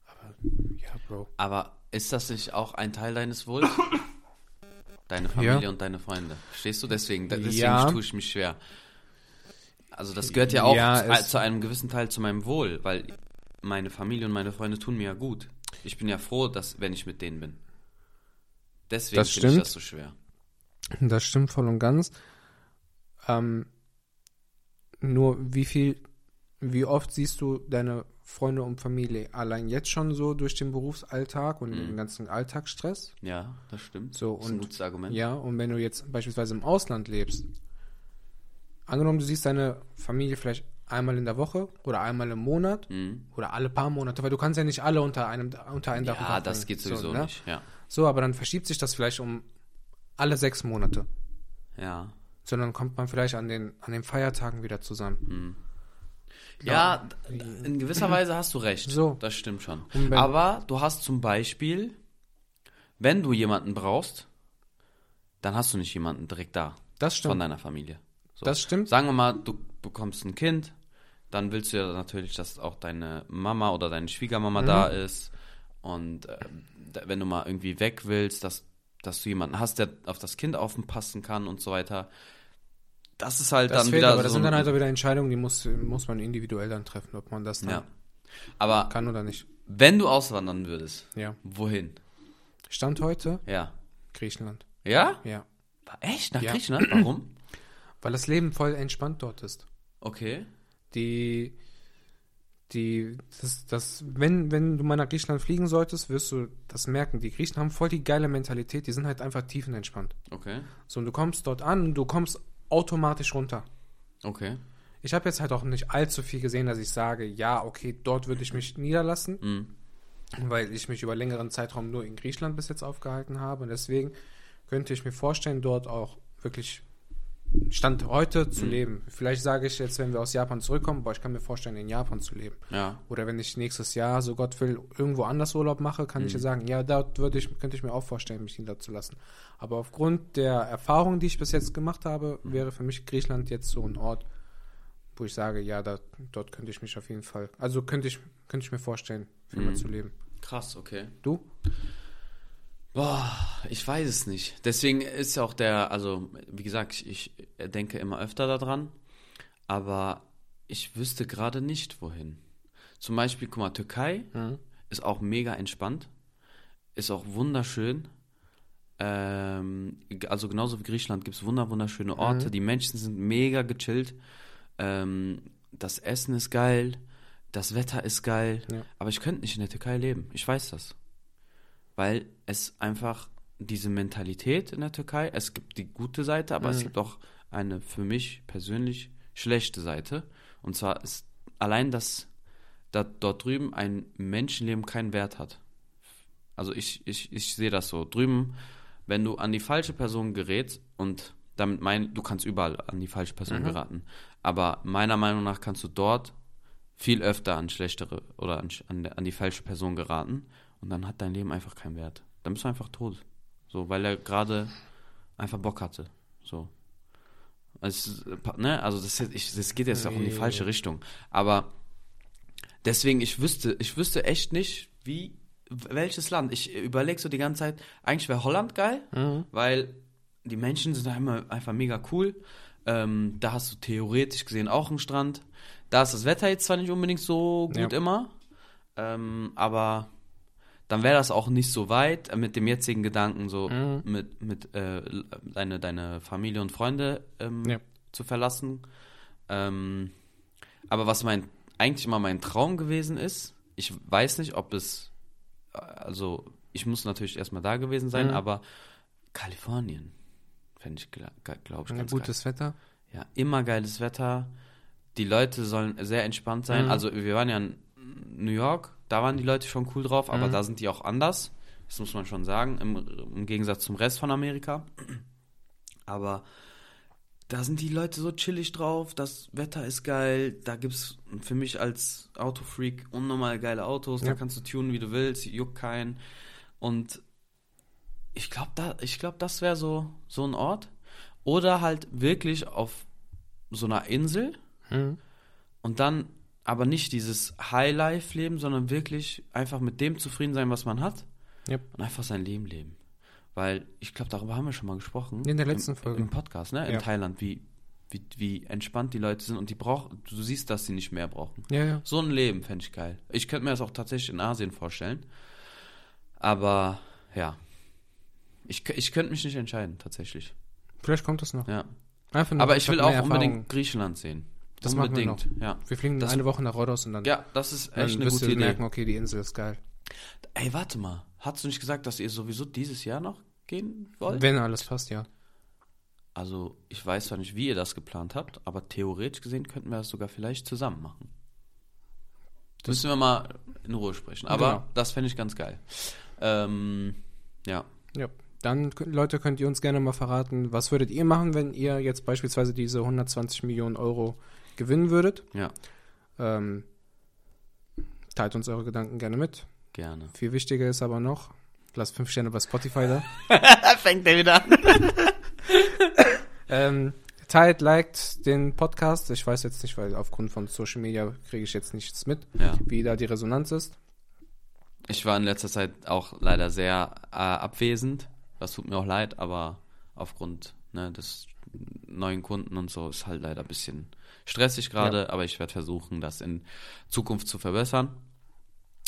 S1: Aber ja, Bro.
S2: Aber ist das nicht auch ein Teil deines Wohls? Deine Familie
S1: Ja.
S2: und deine Freunde. Verstehst du? Deswegen, da- deswegen
S1: Ja.
S2: tue ich mich schwer. Also das gehört ja auch
S1: Ja,
S2: zu,
S1: es-
S2: zu einem gewissen Teil zu meinem Wohl, weil meine Familie und meine Freunde tun mir ja gut. Ich bin ja froh, dass wenn ich mit denen bin. Deswegen
S1: Das
S2: finde ich
S1: stimmt.
S2: das so schwer.
S1: Das stimmt voll und ganz. Ähm, nur wie viel, wie oft siehst du deine Freunde und Familie allein jetzt schon so durch den Berufsalltag und den ganzen Alltagsstress?
S2: Ja, das stimmt.
S1: So,
S2: das ist ein
S1: und-
S2: gutes Argument.
S1: Ja, und wenn du jetzt beispielsweise im Ausland lebst, angenommen, du siehst deine Familie vielleicht einmal in der Woche oder einmal im Monat
S2: Mhm.
S1: oder alle paar Monate, weil du kannst ja nicht alle unter einem unter einem Dach
S2: Ah,
S1: unterbringen.
S2: das geht sowieso
S1: so, ne?
S2: nicht. Ja.
S1: So, aber dann verschiebt sich das vielleicht um alle sechs Monate,
S2: Ja.
S1: sondern kommt man vielleicht an den an den Feiertagen wieder zusammen.
S2: Mhm. Ja, d- in gewisser Weise hast du recht.
S1: äh, So.
S2: Das stimmt schon.
S1: Und wenn-
S2: Aber du hast zum Beispiel, wenn du jemanden brauchst, dann hast du nicht jemanden direkt da
S1: Das
S2: von
S1: stimmt.
S2: deiner Familie. So.
S1: Das stimmt.
S2: Sagen wir mal, du bekommst ein Kind, dann willst du ja natürlich, dass auch deine Mama oder deine Schwiegermama
S1: Mhm.
S2: da ist. Und äh, da- wenn du mal irgendwie weg willst, dass, dass du jemanden hast, der auf das Kind aufpassen kann und so weiter. Das ist halt
S1: Das
S2: dann
S1: fehlt,
S2: wieder
S1: aber das
S2: so
S1: sind dann
S2: ein-
S1: halt auch wieder Entscheidungen, die muss, muss man individuell dann treffen, ob man das dann
S2: ja. Aber
S1: kann oder nicht.
S2: wenn du auswandern würdest,
S1: Ja.
S2: wohin?
S1: Stand heute
S2: Ja.
S1: Griechenland.
S2: Ja?
S1: Ja.
S2: Echt? Nach
S1: Ja.
S2: Griechenland? Warum?
S1: Weil das Leben voll entspannt dort ist.
S2: Okay.
S1: die die das, das wenn wenn du mal nach Griechenland fliegen solltest, wirst du das merken. Die Griechen haben voll die geile Mentalität, die sind halt einfach tiefenentspannt.
S2: Okay.
S1: So und du kommst dort an, und du kommst automatisch runter.
S2: Okay.
S1: Ich habe jetzt halt auch nicht allzu viel gesehen, dass ich sage, ja, okay, dort würde ich mich niederlassen, weil ich mich über längeren Zeitraum nur in Griechenland bis jetzt aufgehalten habe. Und deswegen könnte ich mir vorstellen, dort auch wirklich Stand heute zu leben. Vielleicht sage ich jetzt, wenn wir aus Japan zurückkommen, boah, ich kann mir vorstellen, in Japan zu leben.
S2: Ja.
S1: Oder wenn ich nächstes Jahr, so Gott will, irgendwo anders Urlaub mache, kann
S2: Mhm.
S1: ich ja sagen, ja, dort würde ich, könnte ich mir auch vorstellen, mich niederzulassen. Aber aufgrund der Erfahrung, die ich bis jetzt gemacht habe,
S2: Mhm.
S1: wäre für mich Griechenland jetzt so ein Ort, wo ich sage, ja, da, dort könnte ich mich auf jeden Fall, also könnte ich, könnte ich mir vorstellen, für
S2: Mhm.
S1: mal zu leben.
S2: Krass, okay.
S1: Du?
S2: Boah, ich weiß es nicht. Deswegen ist ja auch der, also wie gesagt, ich, ich denke immer öfter daran, aber ich wüsste gerade nicht, wohin. Zum Beispiel, guck mal, Türkei ist auch mega entspannt, ist auch wunderschön. Ähm, g- also genauso wie Griechenland gibt es wunder, wunderschöne Orte, die Menschen sind mega gechillt, ähm, das Essen ist geil, das Wetter ist geil,
S1: Ja.
S2: aber ich könnte nicht in der Türkei leben, ich weiß das weil es einfach diese Mentalität in der Türkei, es gibt die gute Seite, aber es gibt auch eine für mich persönlich schlechte Seite. Und zwar ist allein, dass da, dort drüben ein Menschenleben keinen Wert hat. Also ich, ich, ich sehe das so. Drüben, wenn du an die falsche Person gerätst und damit mein, du kannst überall an die falsche Person geraten. Aber meiner Meinung nach kannst du dort viel öfter an schlechtere oder an, sch- an, der- an die falsche Person geraten und dann hat dein Leben einfach keinen Wert. Dann bist du einfach tot. So, weil er gerade einfach Bock hatte. So. Es, ist, äh, pa- ne? Also das, ist- ich, das geht jetzt auch in die falsche Richtung. Aber deswegen, ich wüsste, ich wüsste echt nicht, wie welches Land. Ich überlege so die ganze Zeit, eigentlich wäre Holland geil, weil die Menschen sind einmal einfach mega cool. Ähm, da hast du theoretisch gesehen auch einen Strand. Da ist das Wetter jetzt zwar nicht unbedingt so gut
S1: Ja.
S2: immer, ähm, aber dann wäre das auch nicht so weit äh, mit dem jetzigen Gedanken, so
S1: Mhm.
S2: mit, mit äh, l- deine, deine Familie und Freunde ähm,
S1: Ja.
S2: zu verlassen. Ähm, aber was mein eigentlich immer mein Traum gewesen ist, ich weiß nicht, ob es äh, also ich muss natürlich erstmal da gewesen
S1: Mhm.
S2: sein, aber Kalifornien fände ich glaube ich
S1: Ein
S2: ganz geil.
S1: gutes Wetter.
S2: Ja, immer geiles Wetter. Die Leute sollen sehr entspannt sein. Also wir waren ja in New York, da waren die Leute schon cool drauf, aber da sind die auch anders. Das muss man schon sagen, im, im Gegensatz zum Rest von Amerika. Aber da sind die Leute so chillig drauf, das Wetter ist geil, da gibt's für mich als Autofreak unnormal geile Autos, da
S1: Ja.
S2: kannst du tunen, wie du willst, juckt keinen. Und ich glaube, da, ich glaub, das wäre so, so ein Ort. Oder halt wirklich auf so einer Insel Mhm. und dann aber nicht dieses Highlife-Leben, sondern wirklich einfach mit dem zufrieden sein, was man hat
S1: Ja.
S2: und einfach sein Leben leben. Weil ich glaube, darüber haben wir schon mal gesprochen.
S1: In der letzten
S2: Im,
S1: Folge.
S2: Im Podcast, ne? In
S1: Ja.
S2: Thailand, wie, wie, wie entspannt die Leute sind und die brauchen, du siehst, dass sie nicht mehr brauchen.
S1: Ja, ja.
S2: So ein Leben fände ich geil. Ich könnte mir das auch tatsächlich in Asien vorstellen. Aber ja. Ich, k- ich könnte mich nicht entscheiden, tatsächlich.
S1: Vielleicht kommt das noch.
S2: Ja.
S1: Einfach noch-
S2: Aber ich will
S1: hab
S2: auch
S1: mehr
S2: unbedingt
S1: Erfahrung.
S2: Griechenland sehen.
S1: Das machen wir
S2: unbedingt. Ja.
S1: Wir fliegen
S2: Das-
S1: eine Woche nach Rhodos und dann,
S2: ja, das ist
S1: dann
S2: echt eine
S1: wirst
S2: gute
S1: du
S2: Idee.
S1: merken, okay, die Insel ist geil.
S2: Ey, warte mal. Hast du nicht gesagt, dass ihr sowieso dieses Jahr noch gehen wollt?
S1: Wenn alles passt, ja.
S2: Also, ich weiß zwar nicht, wie ihr das geplant habt, aber theoretisch gesehen könnten wir das sogar vielleicht zusammen machen. Müssen wir mal in Ruhe sprechen. Aber
S1: Genau.
S2: das fände ich ganz geil. Ähm, ja.
S1: Ja. Dann, k- Leute, könnt ihr uns gerne mal verraten, was würdet ihr machen, wenn ihr jetzt beispielsweise diese 120 Millionen Euro gewinnen würdet?
S2: Ja,
S1: Ähm, teilt uns eure Gedanken gerne mit.
S2: gerne.
S1: Viel wichtiger ist aber noch, lasst fünf Sterne bei Spotify da.
S2: [laughs] Fängt er wieder an.
S1: Ähm, teilt, liked den Podcast. Ich weiß jetzt nicht, weil aufgrund von Social Media kriege ich jetzt nichts mit,
S2: Ja.
S1: wie da die Resonanz ist.
S2: Ich war in letzter Zeit auch leider sehr äh, abwesend. Das tut mir auch leid, aber aufgrund ne, des neuen Kunden und so ist halt leider ein bisschen stressig gerade. Aber ich werde versuchen, das in Zukunft zu verbessern.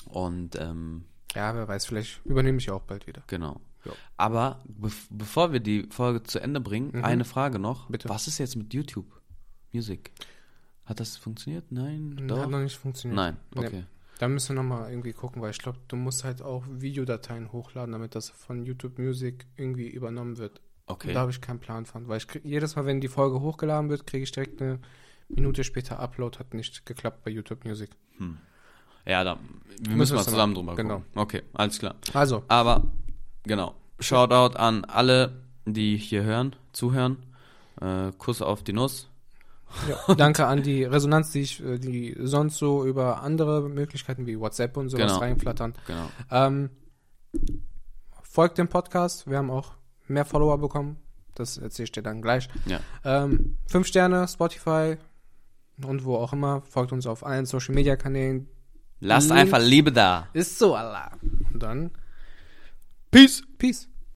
S2: Und ähm,
S1: Ja, wer weiß, vielleicht übernehme ich auch bald wieder.
S2: genau.
S1: Ja.
S2: Aber bev- bevor wir die Folge zu Ende bringen, eine Frage noch.
S1: Mhm. Bitte.
S2: Was ist jetzt mit YouTube Music? Hat das funktioniert? Nein? Doch?
S1: Hat noch nicht funktioniert.
S2: Nein,
S1: Nee.
S2: okay.
S1: Da müssen wir nochmal irgendwie gucken, weil ich glaube, du musst halt auch Videodateien hochladen, damit das von YouTube Music irgendwie übernommen wird.
S2: Okay.
S1: Da habe ich keinen Plan von, weil ich krieg, jedes Mal, wenn die Folge hochgeladen wird, kriege ich direkt eine Minute später Upload, hat nicht geklappt bei YouTube Music.
S2: Ja, da, wir
S1: Müssen
S2: müssen mal
S1: wir's
S2: zusammen
S1: machen.
S2: drüber
S1: Genau.
S2: gucken. Okay, alles klar.
S1: Also,
S2: Aber, genau. Shoutout an alle, die hier hören, zuhören. Äh, Kuss auf die Nuss.
S1: ja, [laughs] danke an die Resonanz, die ich, äh, die sonst so über andere Möglichkeiten wie WhatsApp und sowas
S2: Genau.
S1: reinflattern.
S2: Genau.
S1: Ähm, folgt dem Podcast, wir haben auch mehr Follower bekommen. Das erzähle ich dir dann gleich.
S2: Ja.
S1: Ähm, fünf Sterne, Spotify und wo auch immer. Folgt uns auf allen Social Media Kanälen.
S2: Lasst
S1: Mhm.
S2: einfach Liebe da.
S1: Ist so, Allah. Und dann
S2: Peace.
S1: Peace.